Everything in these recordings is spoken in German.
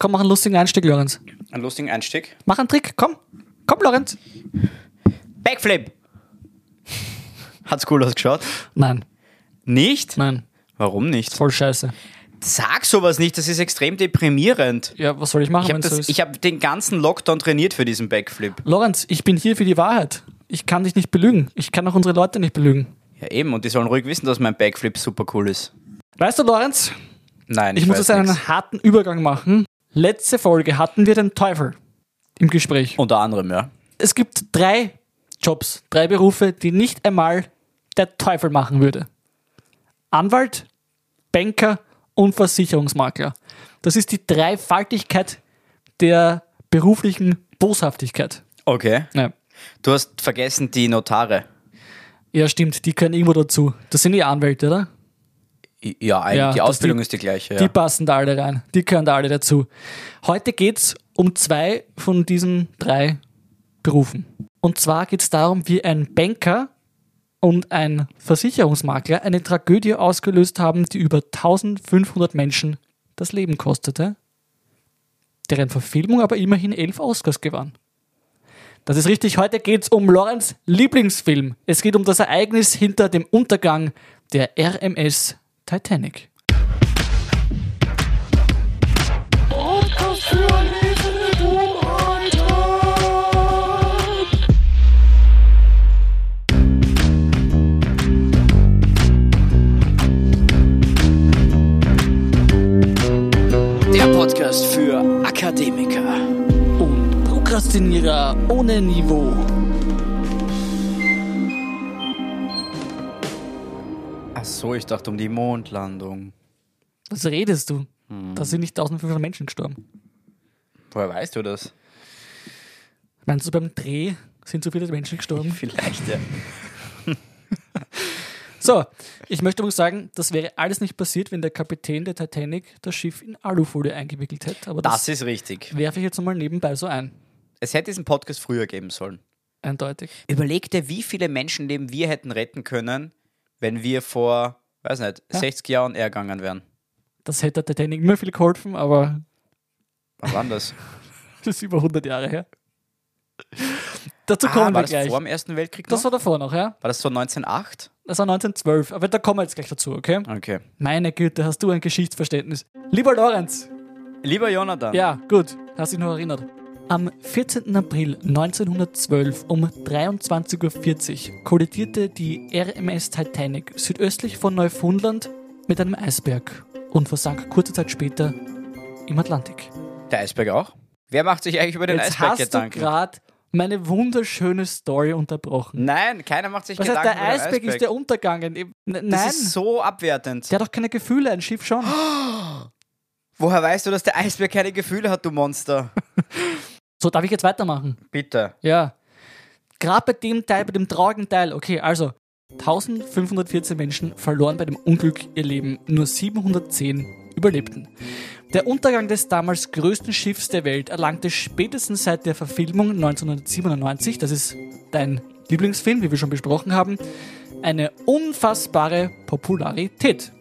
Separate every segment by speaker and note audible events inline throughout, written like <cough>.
Speaker 1: Komm, mach einen lustigen Einstieg, Lorenz.
Speaker 2: Einen lustigen Einstieg.
Speaker 1: Mach einen Trick, komm. Komm, Lorenz.
Speaker 2: Backflip! <laughs> Hat's cool ausgeschaut?
Speaker 1: Nein,
Speaker 2: Nicht?
Speaker 1: nein,
Speaker 2: Warum nicht?
Speaker 1: voll scheiße.
Speaker 2: Sag sowas nicht, das ist extrem deprimierend.
Speaker 1: Ja, was soll ich machen,
Speaker 2: Ich habe
Speaker 1: wenn's so ist?
Speaker 2: hab den ganzen Lockdown trainiert für diesen Backflip.
Speaker 1: Lorenz, ich bin hier für die Wahrheit. Ich kann dich nicht belügen. Ich kann auch unsere Leute nicht belügen.
Speaker 2: Ja, eben, und die sollen ruhig wissen, dass mein Backflip super cool ist.
Speaker 1: Weißt du, Lorenz,
Speaker 2: Nein,
Speaker 1: ich,
Speaker 2: ich,
Speaker 1: muss
Speaker 2: weiß
Speaker 1: jetzt einen
Speaker 2: nix.
Speaker 1: harten Übergang machen. Letzte Folge hatten wir den Teufel im Gespräch.
Speaker 2: Unter anderem, ja.
Speaker 1: Es gibt drei Jobs, drei Berufe, die nicht einmal der Teufel machen würde. Anwalt, Banker und Versicherungsmakler. Das ist die Dreifaltigkeit der beruflichen Boshaftigkeit.
Speaker 2: Okay.
Speaker 1: Ja.
Speaker 2: Du hast vergessen die Notare.
Speaker 1: ja, stimmt, die können irgendwo dazu. Das sind die Anwälte, oder?
Speaker 2: I- Ja, eigentlich,
Speaker 1: Ja,
Speaker 2: die
Speaker 1: das
Speaker 2: Ausbildung
Speaker 1: die-
Speaker 2: ist die gleiche.
Speaker 1: Die
Speaker 2: Ja.
Speaker 1: passen da alle rein. Die gehören da alle dazu. Heute geht's um zwei von diesen drei Berufen. Und zwar geht's darum, wie ein Banker und ein Versicherungsmakler eine Tragödie ausgelöst haben, die über 1500 Menschen das Leben kostete, deren Verfilmung aber immerhin elf Oscars gewann. Das ist richtig. Heute geht's um Lorenz Lieblingsfilm. Es geht um das Ereignis hinter dem Untergang der RMS Titanic.
Speaker 2: Der Podcast für Akademiker.
Speaker 1: und Prokrastinierer ohne Niveau.
Speaker 2: Ach so, ich dachte um die Mondlandung.
Speaker 1: Was redest du? Da sind nicht 1500 Menschen gestorben.
Speaker 2: Woher weißt du das?
Speaker 1: Meinst du, beim Dreh sind so viele Menschen gestorben?
Speaker 2: Vielleicht, ja.
Speaker 1: So, ich möchte übrigens sagen, das wäre alles nicht passiert, wenn der Kapitän der Titanic das Schiff in Alufolie eingewickelt hätte. Aber das,
Speaker 2: Das ist richtig.
Speaker 1: werfe ich jetzt mal nebenbei so ein.
Speaker 2: Es hätte diesen Podcast früher geben sollen.
Speaker 1: Eindeutig.
Speaker 2: Überleg dir, wie viele Menschenleben wir hätten retten können, wenn wir vor, weiß nicht,
Speaker 1: Ja.
Speaker 2: 60 Jahren ergangen wären.
Speaker 1: Das hätte der Titanic immer viel geholfen, aber <laughs>
Speaker 2: Wann war das?
Speaker 1: das ist über 100 Jahre her. Dazu
Speaker 2: Ah,
Speaker 1: kommen
Speaker 2: war
Speaker 1: wir
Speaker 2: das
Speaker 1: gleich.
Speaker 2: vor dem Ersten Weltkrieg noch?
Speaker 1: Das war davor noch, ja?
Speaker 2: war das so 1908?
Speaker 1: Das war 1912, aber da kommen wir jetzt gleich dazu, okay?
Speaker 2: Okay.
Speaker 1: Meine Güte, hast du ein Geschichtsverständnis. Lieber Lorenz,
Speaker 2: Lieber Jonathan.
Speaker 1: Ja, gut, hast dich noch erinnert. Am 14. April 1912 um 23.40 Uhr kollidierte die RMS Titanic südöstlich von Neufundland mit einem Eisberg und versank kurze Zeit später im Atlantik.
Speaker 2: Der Eisberg auch? Wer macht sich eigentlich über den
Speaker 1: Jetzt
Speaker 2: Eisberg
Speaker 1: hast du
Speaker 2: Gedanken?
Speaker 1: gerade meine wunderschöne Story unterbrochen.
Speaker 2: Nein, keiner macht sich
Speaker 1: Was heißt,
Speaker 2: Gedanken
Speaker 1: der
Speaker 2: über den
Speaker 1: Eisberg ist der untergangen. Eben- N-
Speaker 2: Das
Speaker 1: Nein,
Speaker 2: ist so abwertend.
Speaker 1: der hat doch keine Gefühle, ein Schiff
Speaker 2: <gasps>
Speaker 1: schon.
Speaker 2: Woher weißt du, dass der Eisberg keine Gefühle hat,
Speaker 1: <laughs>
Speaker 2: du Monster?
Speaker 1: So, darf ich jetzt weitermachen?
Speaker 2: Bitte.
Speaker 1: Ja. Gerade bei dem Teil, bei dem traurigen Teil. Okay, also 1514 Menschen verloren bei dem Unglück ihr Leben. Nur 710 überlebten. Der Untergang des damals größten Schiffs der Welt erlangte spätestens seit der Verfilmung 1997, das ist dein Lieblingsfilm, wie wir schon besprochen haben, eine unfassbare Popularität.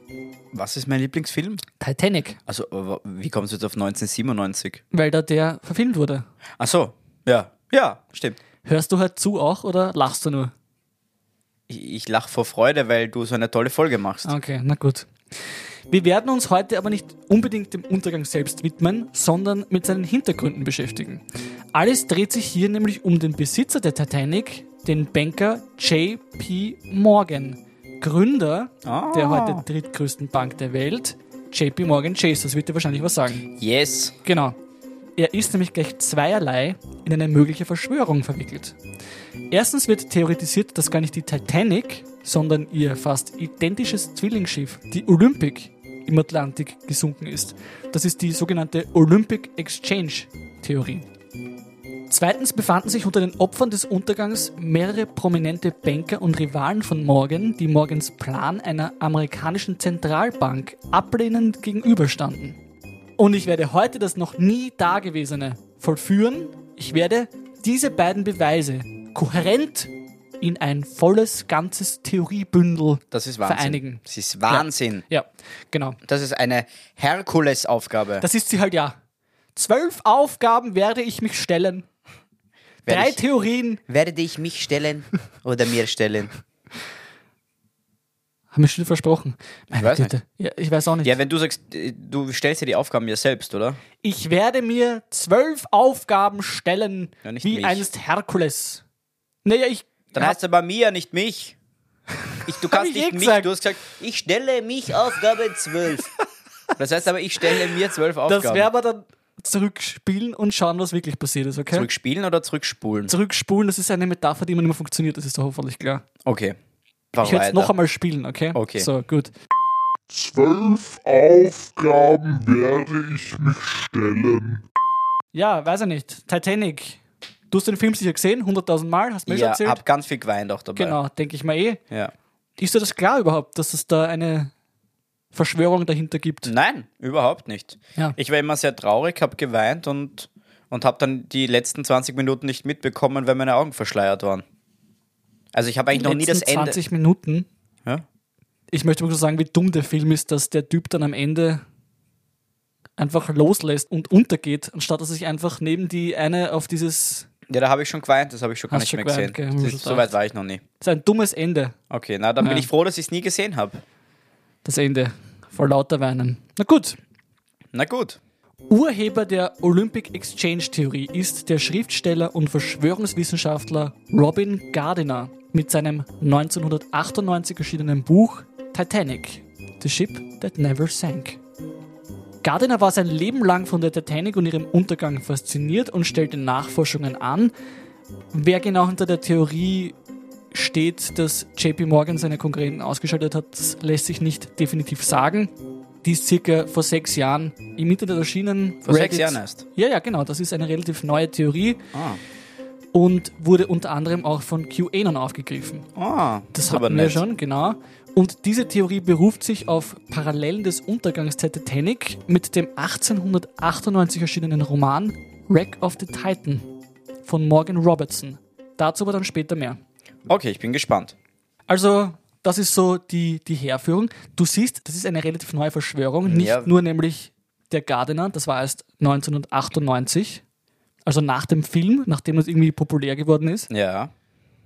Speaker 2: Was ist mein Lieblingsfilm?
Speaker 1: Titanic,
Speaker 2: Also, aber wie kommst du jetzt auf 1997?
Speaker 1: weil da der verfilmt wurde.
Speaker 2: Ach so, ja. Ja, stimmt.
Speaker 1: Hörst du halt zu auch oder lachst du nur?
Speaker 2: Ich, ich lache vor Freude, weil du so eine tolle Folge machst.
Speaker 1: Okay, na gut. Wir werden uns heute aber nicht unbedingt dem Untergang selbst widmen, sondern mit seinen Hintergründen beschäftigen. Alles dreht sich hier nämlich um den Besitzer der Titanic, den Banker J.P. Morgan, Gründer
Speaker 2: Ah.
Speaker 1: der heute drittgrößten Bank der Welt, J.P. Morgan Chase, das wird dir wahrscheinlich was sagen.
Speaker 2: Yes.
Speaker 1: Genau. Er ist nämlich gleich zweierlei in eine mögliche Verschwörung verwickelt. Erstens wird theoretisiert, dass gar nicht die Titanic, sondern ihr fast identisches Zwillingsschiff, die Olympic, im Atlantik gesunken ist. Das ist die sogenannte Olympic Exchange Theorie. Zweitens befanden sich unter den Opfern des Untergangs mehrere prominente Banker und Rivalen von Morgan, die Morgans Plan einer amerikanischen Zentralbank ablehnend gegenüberstanden. Und ich werde heute das noch nie Dagewesene vollführen. Ich werde diese beiden Beweise kohärent in ein volles, ganzes Theoriebündel.
Speaker 2: Das ist Wahnsinn.
Speaker 1: Vereinigen.
Speaker 2: Das ist Wahnsinn.
Speaker 1: Ja, genau.
Speaker 2: Das ist eine Herkulesaufgabe.
Speaker 1: Das ist sie halt ja. Zwölf Aufgaben werde ich mich stellen.
Speaker 2: Werde
Speaker 1: Drei
Speaker 2: ich-
Speaker 1: Theorien.
Speaker 2: Werde ich mich stellen oder mir stellen?
Speaker 1: Haben wir schon versprochen. Meine
Speaker 2: weiß
Speaker 1: Güte. Ja, ich weiß auch nicht.
Speaker 2: Ja, wenn du sagst, äh, du stellst dir die Aufgaben ja selbst, oder?
Speaker 1: Ich werde mir zwölf Aufgaben stellen,
Speaker 2: Ja, nicht
Speaker 1: wie
Speaker 2: mich.
Speaker 1: einst Herkules. Naja, ich.
Speaker 2: Dann
Speaker 1: hab-
Speaker 2: heißt es aber mir, nicht mich. Ich,
Speaker 1: <laughs>
Speaker 2: du kannst
Speaker 1: ich eh
Speaker 2: nicht mich,
Speaker 1: gesagt.
Speaker 2: du hast gesagt, ich stelle mich Aufgabe 12. Das heißt aber, ich stelle mir 12 Aufgaben.
Speaker 1: das werden wir dann zurückspielen und schauen, was wirklich passiert ist, okay?
Speaker 2: Zurückspielen oder zurückspulen?
Speaker 1: Zurückspulen, das ist eine Metapher, die immer nicht mehr funktioniert, das ist doch hoffentlich klar.
Speaker 2: Okay.
Speaker 1: Ich werde es noch einmal spielen, okay?
Speaker 2: Okay.
Speaker 1: So, gut.
Speaker 3: Zwölf Aufgaben werde ich mich stellen.
Speaker 1: Ja, weiß ich nicht. Titanic. Du hast den Film sicher gesehen, 100.000 Mal, hast du mir
Speaker 2: ja,
Speaker 1: schon
Speaker 2: hab
Speaker 1: erzählt.
Speaker 2: ganz viel geweint auch dabei.
Speaker 1: Genau, denke ich mal eh.
Speaker 2: Ja.
Speaker 1: Ist dir das klar überhaupt, dass es da eine Verschwörung dahinter gibt?
Speaker 2: Nein, überhaupt nicht.
Speaker 1: Ja.
Speaker 2: Ich war immer sehr traurig, habe geweint und, und habe dann die letzten 20 Minuten nicht mitbekommen, weil meine Augen verschleiert waren. Also ich habe eigentlich noch nie das
Speaker 1: letzten
Speaker 2: Ende.
Speaker 1: 20 Minuten.
Speaker 2: Ja?
Speaker 1: Ich möchte mal so sagen, wie dumm der Film ist, dass der Typ dann am Ende einfach loslässt und untergeht, anstatt dass er sich einfach neben die eine auf dieses
Speaker 2: ja, da habe ich schon geweint, das habe ich schon gar
Speaker 1: Hast
Speaker 2: nicht
Speaker 1: schon
Speaker 2: mehr
Speaker 1: geweint, gell,
Speaker 2: gesehen.
Speaker 1: hab ich
Speaker 2: Das
Speaker 1: mir
Speaker 2: ist-
Speaker 1: schon
Speaker 2: so weit war ich noch nie.
Speaker 1: sein dummes Ende,
Speaker 2: Okay, na dann bin
Speaker 1: Ja.
Speaker 2: ich froh, dass ich es nie gesehen habe.
Speaker 1: das Ende vor lauter Weinen. Na gut.
Speaker 2: Na gut.
Speaker 1: Urheber der Olympic Exchange Theorie ist der Schriftsteller und Verschwörungswissenschaftler Robin Gardiner mit seinem 1998 erschienenen Buch Titanic, The Ship That Never Sank. Gardiner war sein Leben lang von der Titanic und ihrem Untergang fasziniert und stellte Nachforschungen an. Wer genau hinter der Theorie steht, dass JP Morgan seine Konkurrenten ausgeschaltet hat, das lässt sich nicht definitiv sagen. Die ist circa vor sechs Jahren im Internet erschienen.
Speaker 2: Vor sechs
Speaker 1: Reddit-
Speaker 2: Jahren erst.
Speaker 1: Ja, ja, genau. Das ist eine relativ neue Theorie
Speaker 2: Ah,
Speaker 1: und wurde unter anderem auch von QAnon aufgegriffen.
Speaker 2: ah
Speaker 1: Das
Speaker 2: ist aber
Speaker 1: hatten wir
Speaker 2: nett.
Speaker 1: schon, genau. Und diese Theorie beruft sich auf Parallelen des Untergangs der Titanic mit dem 1898 erschienenen Roman Wreck of the Titan von Morgan Robertson. Dazu aber dann später mehr.
Speaker 2: Okay, ich bin gespannt.
Speaker 1: Also, das ist so die, die Herführung. Du siehst, das ist eine relativ neue Verschwörung. Nicht
Speaker 2: Ja.
Speaker 1: nur nämlich der Gardener, das war erst 1998, also nach dem Film, nachdem das irgendwie populär geworden ist
Speaker 2: Ja.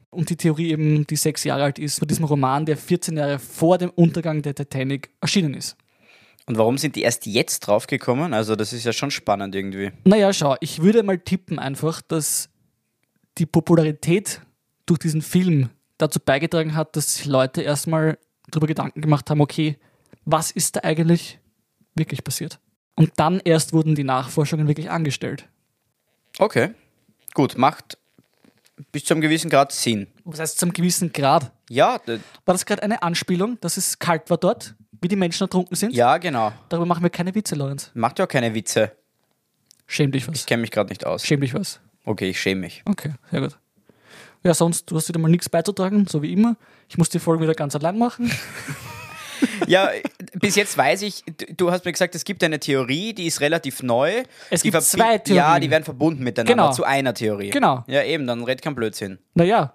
Speaker 1: und die Theorie eben, die sechs Jahre alt ist, von diesem Roman, der 14 Jahre vor dem Untergang der Titanic erschienen ist.
Speaker 2: Und warum sind die erst jetzt draufgekommen? Also das ist ja schon spannend irgendwie.
Speaker 1: Naja, schau, ich würde mal tippen einfach, dass die Popularität durch diesen Film dazu beigetragen hat, dass sich Leute erstmal darüber Gedanken gemacht haben, okay, was ist da eigentlich wirklich passiert? Und dann erst wurden die Nachforschungen wirklich angestellt.
Speaker 2: Okay. Gut, macht bis zu einem gewissen Grad Sinn.
Speaker 1: Das heißt, zu einem gewissen Grad.
Speaker 2: Ja, d-
Speaker 1: War das gerade eine Anspielung, dass es kalt war dort, wie die Menschen ertrunken sind?
Speaker 2: ja, genau.
Speaker 1: Darüber machen wir keine Witze, Lorenz.
Speaker 2: Macht ja auch keine Witze.
Speaker 1: Schäm dich was.
Speaker 2: Ich kenne mich gerade nicht aus.
Speaker 1: Schäm dich was.
Speaker 2: Okay, ich schäme mich.
Speaker 1: Okay, sehr gut. Ja, sonst, du hast wieder mal nichts beizutragen, so wie immer. Ich muss die Folge wieder ganz allein
Speaker 2: <laughs>
Speaker 1: machen.
Speaker 2: Ja, <laughs> bis jetzt weiß ich, d- du hast mir gesagt, es gibt eine Theorie, die ist relativ neu.
Speaker 1: Es
Speaker 2: Die
Speaker 1: gibt
Speaker 2: verbi-
Speaker 1: zwei Theorien.
Speaker 2: Ja, die werden verbunden miteinander
Speaker 1: Genau.
Speaker 2: zu einer Theorie.
Speaker 1: Genau.
Speaker 2: Ja, eben, dann red kein Blödsinn.
Speaker 1: Naja,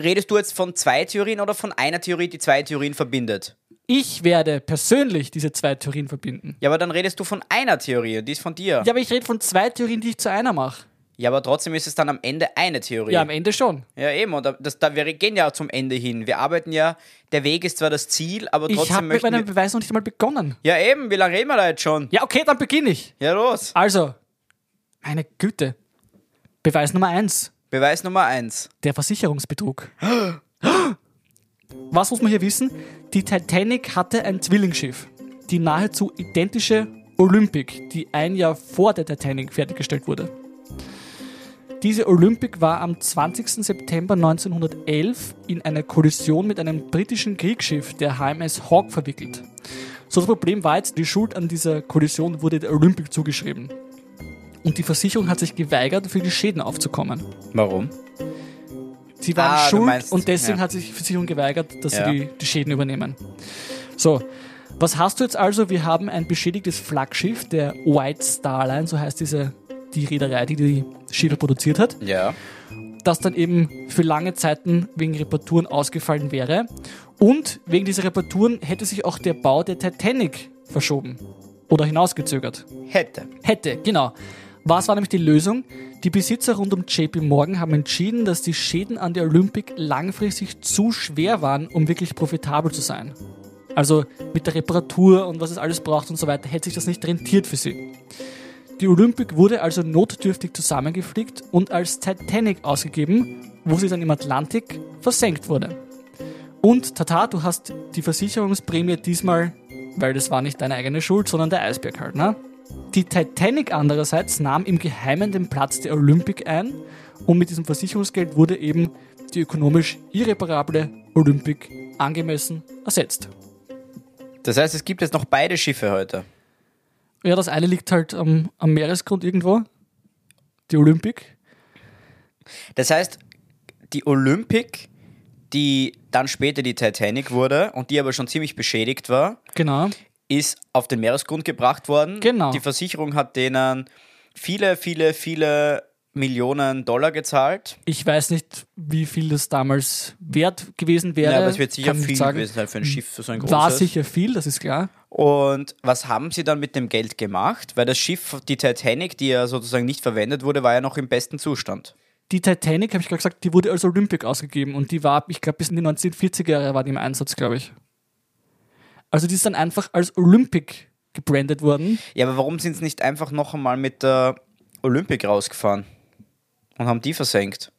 Speaker 2: Redest du jetzt von zwei Theorien oder von einer Theorie, die zwei Theorien verbindet?
Speaker 1: ich werde persönlich diese zwei Theorien verbinden.
Speaker 2: Ja, aber dann redest du von einer Theorie, und die ist von dir.
Speaker 1: Ja, aber ich rede von zwei Theorien, die ich zu einer mache.
Speaker 2: Ja, aber trotzdem ist es dann am Ende eine Theorie.
Speaker 1: Ja, am Ende schon.
Speaker 2: Ja, eben. Und das, da, wir gehen ja zum Ende hin. Wir arbeiten ja, der Weg ist zwar das Ziel, aber
Speaker 1: Ich habe
Speaker 2: trotzdem
Speaker 1: mit
Speaker 2: möchten
Speaker 1: meinem
Speaker 2: wir.
Speaker 1: Beweis noch nicht mal begonnen.
Speaker 2: Ja, eben. Wie lange reden wir da jetzt schon?
Speaker 1: Ja, okay, dann beginne ich.
Speaker 2: Ja, los.
Speaker 1: Also, meine Güte. Beweis Nummer eins:
Speaker 2: Beweis Nummer eins.
Speaker 1: der Versicherungsbetrug. Was muss man hier wissen? Die Titanic hatte ein Zwillingsschiff, die nahezu identische Olympic, die ein Jahr vor der Titanic fertiggestellt wurde. Diese Olympic war am 20. September 1911 in eine Kollision mit einem britischen Kriegsschiff, der HMS Hawk, verwickelt. So das Problem war jetzt, die Schuld an dieser Kollision wurde der Olympic zugeschrieben. Und die Versicherung hat sich geweigert, für die Schäden aufzukommen.
Speaker 2: Warum?
Speaker 1: Sie waren
Speaker 2: Ah, du
Speaker 1: schuld
Speaker 2: meinst,
Speaker 1: und deswegen
Speaker 2: ja.
Speaker 1: hat sich die Versicherung geweigert, dass
Speaker 2: Ja.
Speaker 1: sie die, die Schäden übernehmen. So, was hast du jetzt also? Wir haben ein beschädigtes Flaggschiff der White Star Line, so heißt diese die Reederei, die die Schiffe produziert hat,
Speaker 2: Ja.
Speaker 1: das dann eben für lange Zeiten wegen Reparaturen ausgefallen wäre. Und wegen dieser Reparaturen hätte sich auch der Bau der Titanic verschoben. oder hinausgezögert.
Speaker 2: Hätte.
Speaker 1: Hätte, genau. Was war nämlich die Lösung? Die Besitzer rund um JP Morgan haben entschieden, dass die Schäden an der Olympic langfristig zu schwer waren, um wirklich profitabel zu sein. Also mit der Reparatur und was es alles braucht und so weiter, hätte sich das nicht rentiert für sie. Die Olympic wurde also notdürftig zusammengeflickt und als Titanic ausgegeben, wo sie dann im Atlantik versenkt wurde. Und Tata, du hast die Versicherungsprämie diesmal, weil das war nicht deine eigene Schuld, sondern der Eisberg halt, ne? Die Titanic andererseits nahm im Geheimen den Platz der Olympic ein und mit diesem Versicherungsgeld wurde eben die ökonomisch irreparable Olympic angemessen ersetzt.
Speaker 2: Das heißt, es gibt jetzt noch beide Schiffe heute.
Speaker 1: Ja, das eine liegt halt am, am Meeresgrund irgendwo, die Olympic.
Speaker 2: Das heißt, die Olympic, die dann später die Titanic wurde und die aber schon ziemlich beschädigt war,
Speaker 1: Genau.
Speaker 2: ist auf den Meeresgrund gebracht worden.
Speaker 1: Genau.
Speaker 2: Die Versicherung hat denen viele, viele, viele Millionen Dollar gezahlt.
Speaker 1: Ich weiß nicht, wie viel das damals wert gewesen wäre.
Speaker 2: Ja, aber es wird sicher
Speaker 1: kann ich nicht
Speaker 2: viel
Speaker 1: sagen.
Speaker 2: gewesen sein für ein Schiff, für so ein großes.
Speaker 1: War sicher viel, das ist klar.
Speaker 2: Und was haben sie dann mit dem Geld gemacht? Weil das Schiff, die Titanic, die ja sozusagen nicht verwendet wurde, war ja noch im besten Zustand.
Speaker 1: Die Titanic, habe ich gerade gesagt, die wurde als Olympic ausgegeben und die war, ich glaube, bis in die 1940er Jahre war die im Einsatz, glaube ich. Also die ist dann einfach als Olympic gebrandet worden.
Speaker 2: Ja, aber warum sind sie nicht einfach noch einmal mit der Olympic rausgefahren und haben die versenkt?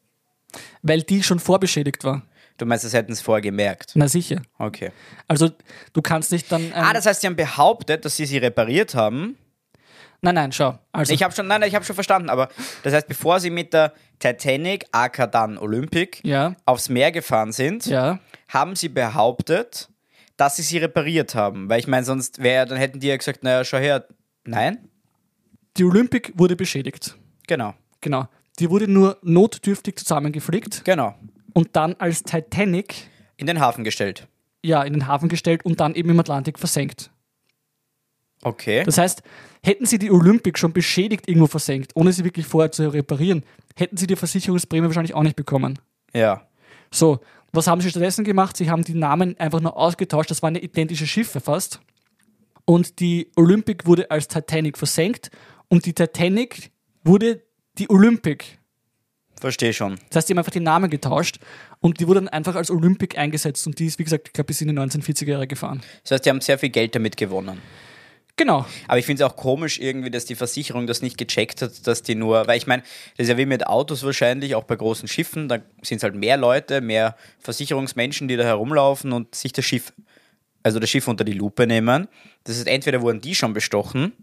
Speaker 1: weil die schon vorbeschädigt war.
Speaker 2: Du meinst, das hätten sie vorher gemerkt.
Speaker 1: Na sicher.
Speaker 2: Okay.
Speaker 1: Also du kannst nicht dann. ähm,
Speaker 2: Ah, das heißt, sie haben behauptet, dass sie sie repariert haben.
Speaker 1: nein, nein, schau. Also
Speaker 2: Ich habe schon, nein, nein, ich habe schon verstanden, aber das heißt, bevor sie mit der Titanic, aka dann Olympic,
Speaker 1: ja,
Speaker 2: aufs Meer gefahren sind,
Speaker 1: ja,
Speaker 2: haben sie behauptet, dass sie sie repariert haben. Weil ich meine, sonst wäre, dann hätten die ja gesagt, naja, schau her. Nein?
Speaker 1: die Olympic wurde beschädigt.
Speaker 2: Genau.
Speaker 1: Genau. Die wurde nur notdürftig zusammengeflickt
Speaker 2: Genau.
Speaker 1: und dann als Titanic
Speaker 2: In den Hafen gestellt.
Speaker 1: ja in den Hafen gestellt und dann eben im Atlantik versenkt.
Speaker 2: Okay.
Speaker 1: Das heißt, hätten sie die Olympic schon beschädigt irgendwo versenkt, ohne sie wirklich vorher zu reparieren, hätten sie die Versicherungsprämie wahrscheinlich auch nicht bekommen.
Speaker 2: ja.
Speaker 1: So, was haben sie stattdessen gemacht? Sie haben die Namen einfach nur ausgetauscht. Das waren ja identische Schiffe fast. Und die Olympic wurde als Titanic versenkt und die Titanic wurde die Olympic.
Speaker 2: Verstehe schon.
Speaker 1: Das heißt, die haben einfach die Namen getauscht und die wurde dann einfach als Olympic eingesetzt und die ist, wie gesagt, ich glaube, bis in die 1940er Jahre gefahren.
Speaker 2: Das heißt, die haben sehr viel Geld damit gewonnen.
Speaker 1: Genau.
Speaker 2: Aber ich finde es auch komisch irgendwie, dass die Versicherung das nicht gecheckt hat, dass die nur, weil ich meine, das ist ja wie mit Autos wahrscheinlich, auch bei großen Schiffen, da sind es halt mehr Leute, mehr Versicherungsmenschen, die da herumlaufen und sich das Schiff, also das Schiff unter die Lupe nehmen. Das ist entweder wurden die schon bestochen,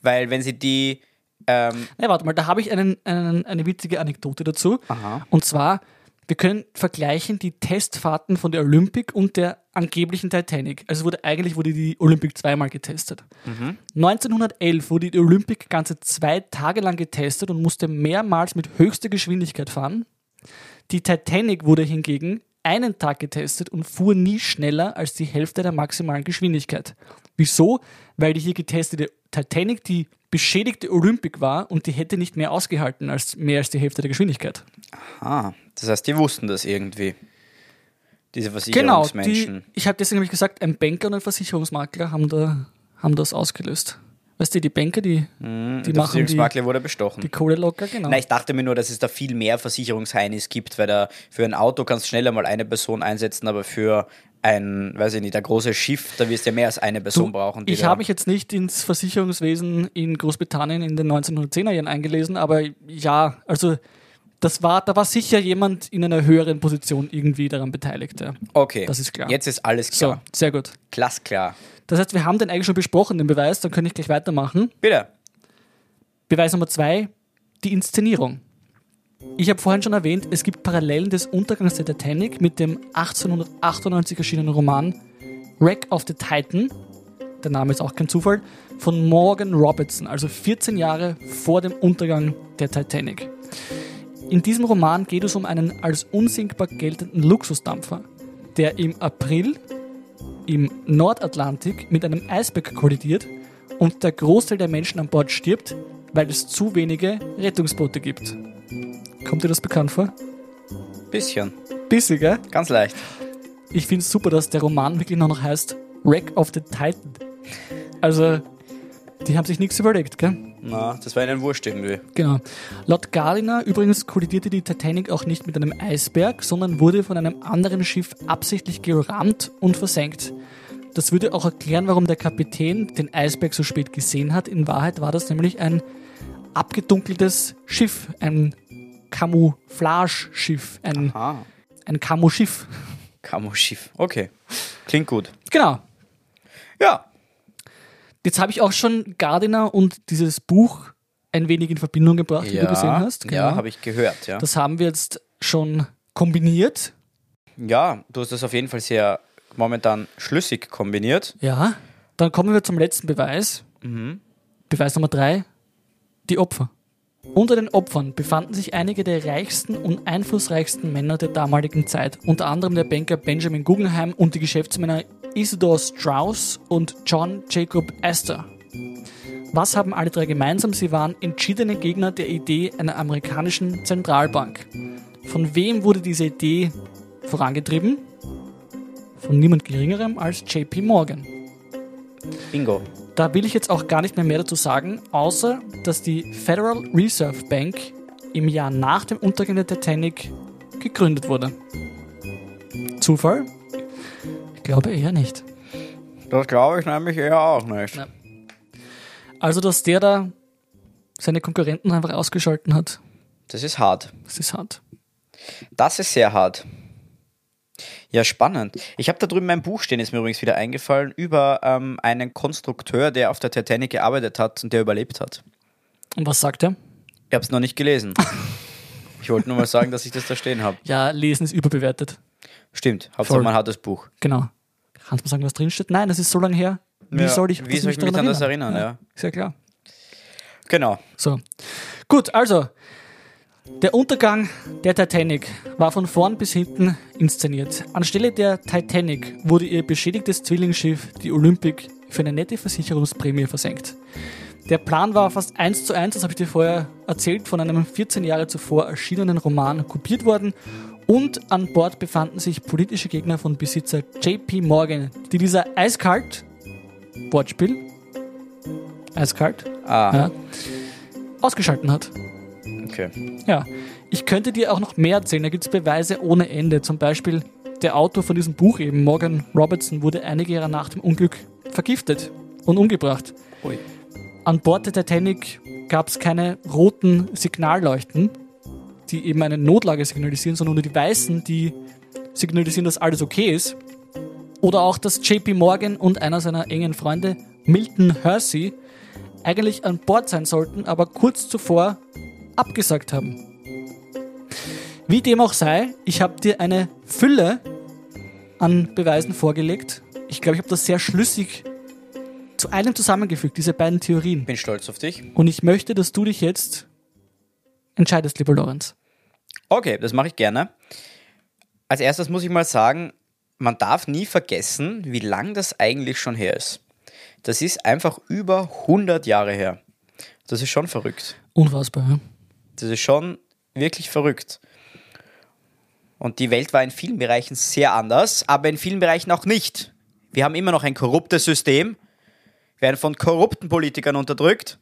Speaker 2: weil wenn sie die, ähm,
Speaker 1: Na, warte mal, da habe ich einen, einen, eine witzige Anekdote dazu.
Speaker 2: Aha.
Speaker 1: Und zwar, wir können vergleichen die Testfahrten von der Olympic und der angeblichen Titanic. Also wurde eigentlich wurde die Olympic zweimal getestet. 1911 wurde die Olympic ganze zwei Tage lang getestet und musste mehrmals mit höchster Geschwindigkeit fahren. Die Titanic wurde hingegen einen Tag getestet und fuhr nie schneller als die Hälfte der maximalen Geschwindigkeit. Wieso? Weil die hier getestete Titanic die beschädigte Olympic war und die hätte nicht mehr ausgehalten als mehr als die Hälfte der Geschwindigkeit.
Speaker 2: ah, das heißt, die wussten das irgendwie. Diese
Speaker 1: Genau, die,
Speaker 2: Versicherungsmenschen.
Speaker 1: ich habe deswegen nämlich gesagt, ein Banker und ein Versicherungsmakler haben, da, haben das ausgelöst. Weißt du, die Banker, die, die
Speaker 2: Hm, der
Speaker 1: machen die,
Speaker 2: Versicherungsmakler wurde bestochen.
Speaker 1: die Kohle locker, genau.
Speaker 2: Na, ich dachte mir nur, dass es da viel mehr Versicherungsheinis gibt, weil da für ein Auto kannst du schneller mal eine Person einsetzen, aber für ein, weiß ich nicht, ein großes Schiff, da wirst du ja mehr als eine Person brauchen. die
Speaker 1: ich
Speaker 2: da-
Speaker 1: habe mich jetzt nicht ins Versicherungswesen in Großbritannien in den 1910er Jahren eingelesen, aber ja, also das war, da war sicher jemand in einer höheren Position irgendwie daran beteiligt. Ja.
Speaker 2: Okay,
Speaker 1: Das ist klar.
Speaker 2: Jetzt ist alles
Speaker 1: So,
Speaker 2: klar.
Speaker 1: sehr gut.
Speaker 2: Klass klar.
Speaker 1: Das heißt, wir haben den eigentlich schon besprochen, den Beweis, dann könnte ich gleich weitermachen.
Speaker 2: Bitte.
Speaker 1: Beweis Nummer zwei, die Inszenierung. Ich habe vorhin schon erwähnt, es gibt Parallelen des Untergangs der Titanic mit dem 1898 erschienenen Roman Wreck of the Titan, der Name ist auch kein Zufall, von Morgan Robertson, also 14 Jahre vor dem Untergang der Titanic. In diesem Roman geht es um einen als unsinkbar geltenden Luxusdampfer, der im April im Nordatlantik mit einem Eisberg kollidiert und der Großteil der Menschen an Bord stirbt, weil es zu wenige Rettungsboote gibt. Kommt dir das bekannt vor?
Speaker 2: Bisschen.
Speaker 1: Bisschen, gell?
Speaker 2: Ganz leicht.
Speaker 1: Ich finde es super, dass der Roman wirklich nur noch heißt Wreck of the Titan. Also, Die haben sich nichts überlegt, gell?
Speaker 2: Na, das war ihnen wurscht irgendwie.
Speaker 1: Genau. Laut Gardiner übrigens kollidierte die Titanic auch nicht mit einem Eisberg, sondern wurde von einem anderen Schiff absichtlich gerammt und versenkt. Das würde auch erklären, warum der Kapitän den Eisberg so spät gesehen hat. In Wahrheit war das nämlich ein abgedunkeltes Schiff, ein Camouflage-Schiff, ein,
Speaker 2: Ah,
Speaker 1: ein Camo-Schiff.
Speaker 2: Camo-Schiff. Okay. Klingt gut.
Speaker 1: Genau.
Speaker 2: Ja.
Speaker 1: Jetzt habe ich auch schon Gardiner und dieses Buch ein wenig in Verbindung gebracht, wie du gesehen hast. Genau.
Speaker 2: ja, habe ich gehört, ja.
Speaker 1: Das haben wir jetzt schon kombiniert.
Speaker 2: Ja, du hast das auf jeden Fall sehr momentan schlüssig kombiniert.
Speaker 1: Ja, dann kommen wir zum letzten Beweis. Beweis Nummer drei, die Opfer. Unter den Opfern befanden sich einige der reichsten und einflussreichsten Männer der damaligen Zeit, unter anderem der Banker Benjamin Guggenheim und die Geschäftsmänner Isidor Strauss und John Jacob Astor. Was haben alle drei gemeinsam? Sie waren entschiedene Gegner der Idee einer amerikanischen Zentralbank. Von wem wurde diese Idee vorangetrieben? Von niemand geringerem als JP Morgan.
Speaker 2: Bingo.
Speaker 1: Da will ich jetzt auch gar nicht mehr mehr dazu sagen, außer dass die Federal Reserve Bank im Jahr nach dem Untergang der Titanic gegründet wurde. Zufall? Ich glaube eher nicht.
Speaker 2: Das glaube ich nämlich eher auch nicht.
Speaker 1: Ja. Also, dass der da seine Konkurrenten einfach ausgeschalten hat,
Speaker 2: Das ist hart.
Speaker 1: das ist hart.
Speaker 2: Das ist sehr hart. Ja, spannend. Ich habe da drüben mein Buch stehen, ist mir übrigens wieder eingefallen, über ähm, einen Konstrukteur, der auf der Titanic gearbeitet hat und der überlebt hat.
Speaker 1: Und was sagt er?
Speaker 2: Ich habe es noch
Speaker 1: <laughs>
Speaker 2: nicht gelesen. ich wollte nur mal sagen, dass ich das da stehen habe.
Speaker 1: Ja, Lesen ist überbewertet.
Speaker 2: Stimmt, Hauptsache
Speaker 1: Voll.
Speaker 2: man hat das Buch.
Speaker 1: Genau. Kannst du mir sagen, was drinsteht? Nein, das ist so lange her. Wie
Speaker 2: Ja,
Speaker 1: soll ich,
Speaker 2: wie soll ich mich an das erinnern? Ja.
Speaker 1: Ist ja klar.
Speaker 2: Genau.
Speaker 1: So. Gut, also. Der Untergang der Titanic war von vorn bis hinten inszeniert. Anstelle der Titanic wurde ihr beschädigtes Zwillingsschiff, die Olympic, für eine nette Versicherungsprämie versenkt. Der Plan war fast eins zu eins, das habe ich dir vorher erzählt, von einem 14 Jahre zuvor erschienenen Roman kopiert worden. Und an Bord befanden sich politische Gegner von Besitzer JP Morgan, die dieser eiskalt, Wortspiel, eiskalt,
Speaker 2: Ah,
Speaker 1: ja, ausgeschalten hat.
Speaker 2: okay.
Speaker 1: Ja. Ich könnte dir auch noch mehr erzählen, da gibt es Beweise ohne Ende. Zum Beispiel der Autor von diesem Buch eben, Morgan Robertson, wurde einige Jahre nach dem Unglück vergiftet und umgebracht.
Speaker 2: Ui.
Speaker 1: An Bord der Titanic gab es keine roten Signalleuchten, die eben eine Notlage signalisieren, sondern nur die weißen, die signalisieren, dass alles okay ist. Oder auch, dass JP Morgan und einer seiner engen Freunde, Milton Hersey, eigentlich an Bord sein sollten, aber kurz zuvor abgesagt haben. Wie dem auch sei, ich habe dir eine Fülle an Beweisen vorgelegt. Ich glaube, ich habe das sehr schlüssig zu einem zusammengefügt, diese beiden Theorien.
Speaker 2: Bin stolz auf dich.
Speaker 1: Und ich möchte, dass du dich jetzt entscheidest, lieber Lorenz.
Speaker 2: Okay, das mache ich gerne. Als erstes muss ich mal sagen, man darf nie vergessen, wie lang das eigentlich schon her ist. Das ist einfach über 100 Jahre her. Das ist schon verrückt.
Speaker 1: Unfassbar, ja?
Speaker 2: Das ist schon wirklich verrückt. Und die Welt war in vielen Bereichen sehr anders, aber in vielen Bereichen auch nicht. Wir haben immer noch ein korruptes System, werden von korrupten Politikern unterdrückt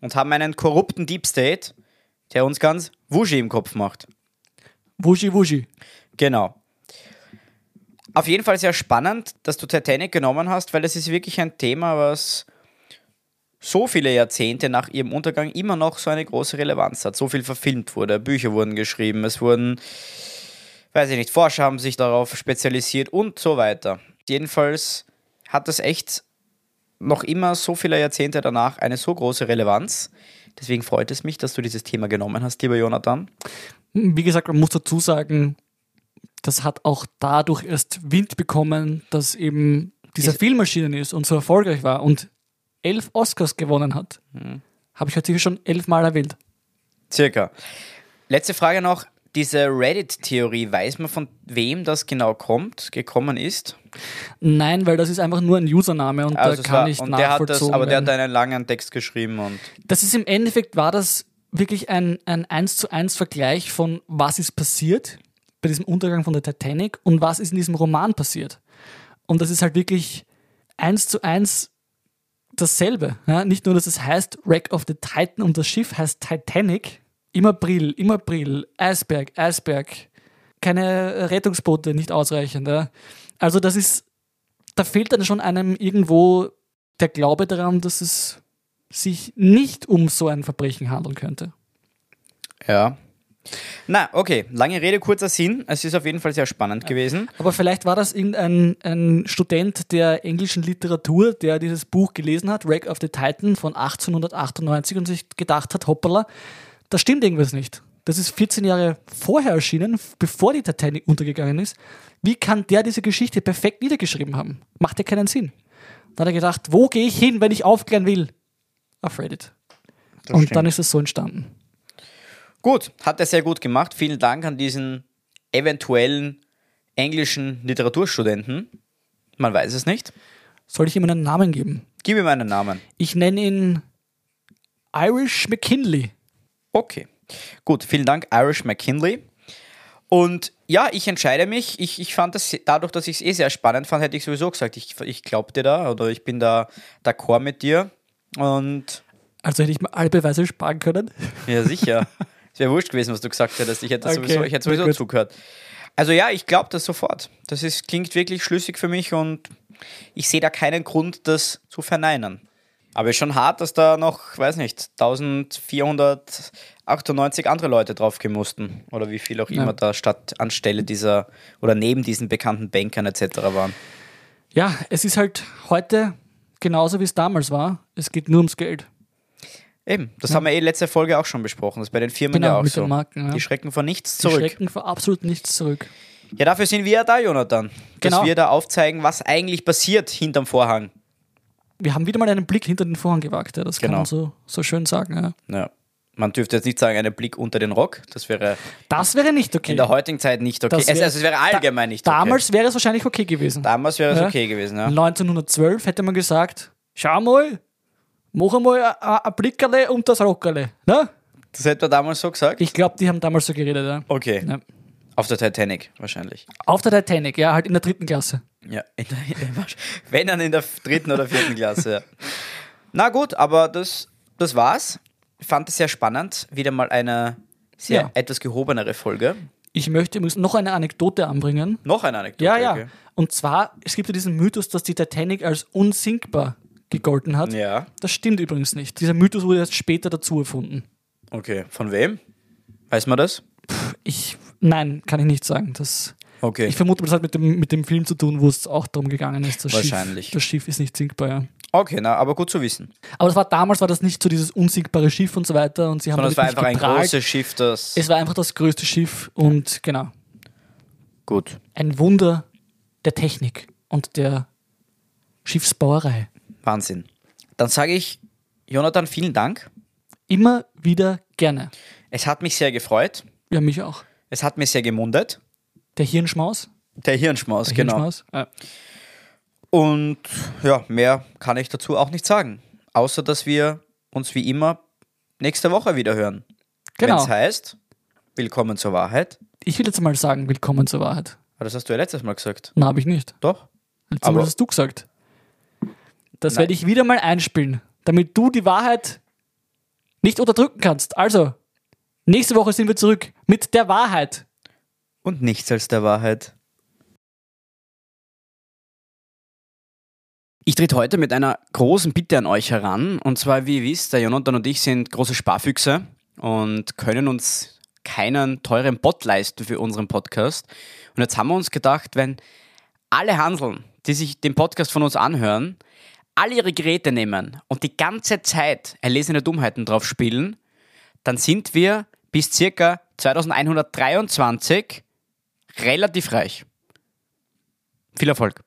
Speaker 2: und haben einen korrupten Deep State, der uns ganz Wuschi im Kopf macht.
Speaker 1: Wuschi, wuschi.
Speaker 2: Genau. Auf jeden Fall sehr spannend, dass du Titanic genommen hast, weil es ist wirklich ein Thema, was so viele Jahrzehnte nach ihrem Untergang immer noch so eine große Relevanz hat. So viel verfilmt wurde, Bücher wurden geschrieben, es wurden, weiß ich nicht, Forscher haben sich darauf spezialisiert und so weiter. Jedenfalls hat das echt noch immer so viele Jahrzehnte danach eine so große Relevanz. Deswegen freut es mich, dass du dieses Thema genommen hast, lieber Jonathan.
Speaker 1: Hm, Wie gesagt, man muss dazu sagen, das hat auch dadurch erst Wind bekommen, dass eben dieser
Speaker 2: Ist-
Speaker 1: Film erschienen ist und so erfolgreich war und elf Oscars gewonnen hat.
Speaker 2: Hm.
Speaker 1: Habe ich heute sicher schon elfmal erwähnt.
Speaker 2: Circa. Letzte Frage noch. Diese Reddit-Theorie, weiß man von wem das genau kommt, gekommen ist?
Speaker 1: Nein, weil das ist einfach nur ein Username und da
Speaker 2: Also es
Speaker 1: kann
Speaker 2: war-
Speaker 1: nicht
Speaker 2: und der hat das,
Speaker 1: nachvollzogen
Speaker 2: aber der
Speaker 1: werden.
Speaker 2: hat einen langen Text geschrieben und
Speaker 1: das ist im Endeffekt, war das wirklich ein, ein 1 zu 1 Vergleich von was ist passiert bei diesem Untergang von der Titanic und was ist in diesem Roman passiert. Und das ist halt wirklich eins zu eins dasselbe. Ja? Nicht nur, dass es heißt Wreck of the Titan und das Schiff heißt Titanic. Im April, im April, Eisberg, Eisberg. Keine Rettungsboote, nicht ausreichend. Ja? Also das ist, da fehlt dann schon einem irgendwo der Glaube daran, dass es sich nicht um so ein Verbrechen handeln könnte.
Speaker 2: Ja. Na, okay. Lange Rede, kurzer Sinn. Es ist auf jeden Fall sehr spannend gewesen.
Speaker 1: Aber vielleicht war das irgendein ein Student der englischen Literatur, der dieses Buch gelesen hat, Wreck of the Titan von 1898 und sich gedacht hat, hoppala, da stimmt irgendwas nicht. Das ist 14 Jahre vorher erschienen, bevor die Titanic untergegangen ist. Wie kann der diese Geschichte perfekt niedergeschrieben haben? Macht ja keinen Sinn. Da hat er gedacht, wo gehe ich hin, wenn ich aufklären will? Auf Reddit.
Speaker 2: Das
Speaker 1: und
Speaker 2: stimmt.
Speaker 1: dann ist es so entstanden.
Speaker 2: Gut, hat er sehr gut gemacht. Vielen Dank an diesen eventuellen englischen Literaturstudenten. Man weiß es nicht.
Speaker 1: Soll ich ihm einen Namen geben?
Speaker 2: Gib ihm einen Namen.
Speaker 1: Ich nenne ihn Irish McKinley.
Speaker 2: Okay. Gut, vielen Dank, Irish McKinley. Und ja, ich entscheide mich. Ich, ich fand das, dadurch, dass ich es eh sehr spannend fand, hätte ich sowieso gesagt, ich, ich glaub dir da oder ich bin da d'accord mit dir. Und
Speaker 1: Also hätte ich mir alle Beweise sparen können.
Speaker 2: ja, sicher. es wäre wurscht gewesen, was du gesagt hättest. Ich hätte
Speaker 1: Okay,
Speaker 2: sowieso, ich hätte sowieso
Speaker 1: gut.
Speaker 2: zugehört. Also ja, ich glaube das sofort. Das ist, klingt wirklich schlüssig für mich und ich sehe da keinen Grund, das zu verneinen. Aber ist schon hart, dass da noch, weiß nicht, 1498 andere Leute draufgehen mussten. Oder wie viel auch immer da statt anstelle dieser oder neben diesen bekannten Bankern etc. waren.
Speaker 1: Ja, es ist halt heute genauso wie es damals war. Es geht nur ums Geld.
Speaker 2: Eben, das haben wir eh letzte Folge auch schon besprochen. Das ist bei den Firmen
Speaker 1: Genau,
Speaker 2: ja auch
Speaker 1: mit
Speaker 2: so.
Speaker 1: den Marken, ja.
Speaker 2: Die schrecken vor nichts
Speaker 1: Die
Speaker 2: zurück.
Speaker 1: schrecken vor absolut nichts zurück.
Speaker 2: Ja, dafür sind wir ja da, Jonathan. Dass
Speaker 1: Genau.
Speaker 2: wir da aufzeigen, was eigentlich passiert hinterm Vorhang.
Speaker 1: Wir haben wieder mal einen Blick hinter den Vorhang gewagt. Ja. Das kann
Speaker 2: Genau.
Speaker 1: man so, so schön sagen. Ja.
Speaker 2: Ja. Man dürfte jetzt nicht sagen, einen Blick unter den Rock. Das wäre
Speaker 1: Das wäre nicht okay.
Speaker 2: in der heutigen Zeit nicht okay.
Speaker 1: Das
Speaker 2: Es,
Speaker 1: wär-
Speaker 2: also es wäre allgemein nicht okay.
Speaker 1: Damals wäre es wahrscheinlich okay gewesen.
Speaker 2: Damals wäre es
Speaker 1: Ja.
Speaker 2: okay gewesen, ja.
Speaker 1: 1912 hätte man gesagt, schau mal, mach mal ein Blickerle und das Rockerle. Ne?
Speaker 2: Das hätte man damals so gesagt.
Speaker 1: Ich glaube, die haben damals so geredet. Ja.
Speaker 2: Okay.
Speaker 1: Ja.
Speaker 2: Auf der Titanic wahrscheinlich.
Speaker 1: Auf der Titanic, ja, halt in der dritten Klasse.
Speaker 2: Ja. In der, <laughs> wenn dann in der dritten oder vierten Klasse. Ja. Na gut, aber das, das war's. Ich fand es sehr spannend. Wieder mal eine sehr
Speaker 1: Ja.
Speaker 2: etwas gehobenere Folge.
Speaker 1: Ich möchte übrigens noch eine Anekdote anbringen.
Speaker 2: Noch eine Anekdote.
Speaker 1: Ja, ja.
Speaker 2: okay.
Speaker 1: Und zwar, es gibt ja diesen Mythos, dass die Titanic als unsinkbar gegolten hat.
Speaker 2: Ja.
Speaker 1: Das stimmt übrigens nicht. Dieser Mythos wurde erst später dazu erfunden.
Speaker 2: Okay, von wem? Weiß man das?
Speaker 1: Ich, nein, kann ich nicht sagen. Das,
Speaker 2: Okay.
Speaker 1: ich vermute, das hat mit dem, mit dem Film zu tun, wo es auch darum gegangen ist. Das
Speaker 2: Wahrscheinlich.
Speaker 1: Schiff, das Schiff ist nicht sinkbar, ja.
Speaker 2: okay, na, aber gut zu wissen.
Speaker 1: Aber es war, damals war das nicht so dieses unsinkbare Schiff und so weiter. Und sie haben
Speaker 2: Sondern es war
Speaker 1: damit
Speaker 2: einfach ein
Speaker 1: nicht geprahlt.
Speaker 2: großes Schiff, das.
Speaker 1: Es war einfach das größte Schiff und genau,
Speaker 2: gut.
Speaker 1: ein Wunder der Technik und der Schiffsbauerei.
Speaker 2: Wahnsinn. Dann sage ich, Jonathan, vielen Dank.
Speaker 1: Immer wieder gerne.
Speaker 2: Es hat mich sehr gefreut.
Speaker 1: Ja, mich auch.
Speaker 2: Es hat mich sehr gemundet.
Speaker 1: Der Hirnschmaus.
Speaker 2: Der Hirnschmaus,
Speaker 1: Der
Speaker 2: genau.
Speaker 1: Hirnschmaus. Ja.
Speaker 2: Und ja, mehr kann ich dazu auch nicht sagen. Außer, dass wir uns wie immer nächste Woche wieder hören.
Speaker 1: Genau.
Speaker 2: Wenn es heißt, willkommen zur Wahrheit.
Speaker 1: Ich will jetzt mal sagen, willkommen zur Wahrheit.
Speaker 2: Aber das hast du ja letztes Mal gesagt.
Speaker 1: Na, habe ich nicht.
Speaker 2: Doch?
Speaker 1: Letztes Mal
Speaker 2: Aber-
Speaker 1: hast du gesagt. Das
Speaker 2: Nein.
Speaker 1: werde ich wieder mal einspielen, damit du die Wahrheit nicht unterdrücken kannst. Also, nächste Woche sind wir zurück mit der Wahrheit.
Speaker 2: Und nichts als der Wahrheit. Ich trete heute mit einer großen Bitte an euch heran. Und zwar, wie ihr wisst, der Jonathan und ich sind große Sparfüchse und können uns keinen teuren Bot leisten für unseren Podcast. Und jetzt haben wir uns gedacht, wenn alle Hanseln, die sich den Podcast von uns anhören, alle ihre Geräte nehmen und die ganze Zeit erlesene Dummheiten drauf spielen, dann sind wir bis circa 2123 relativ reich. Viel Erfolg.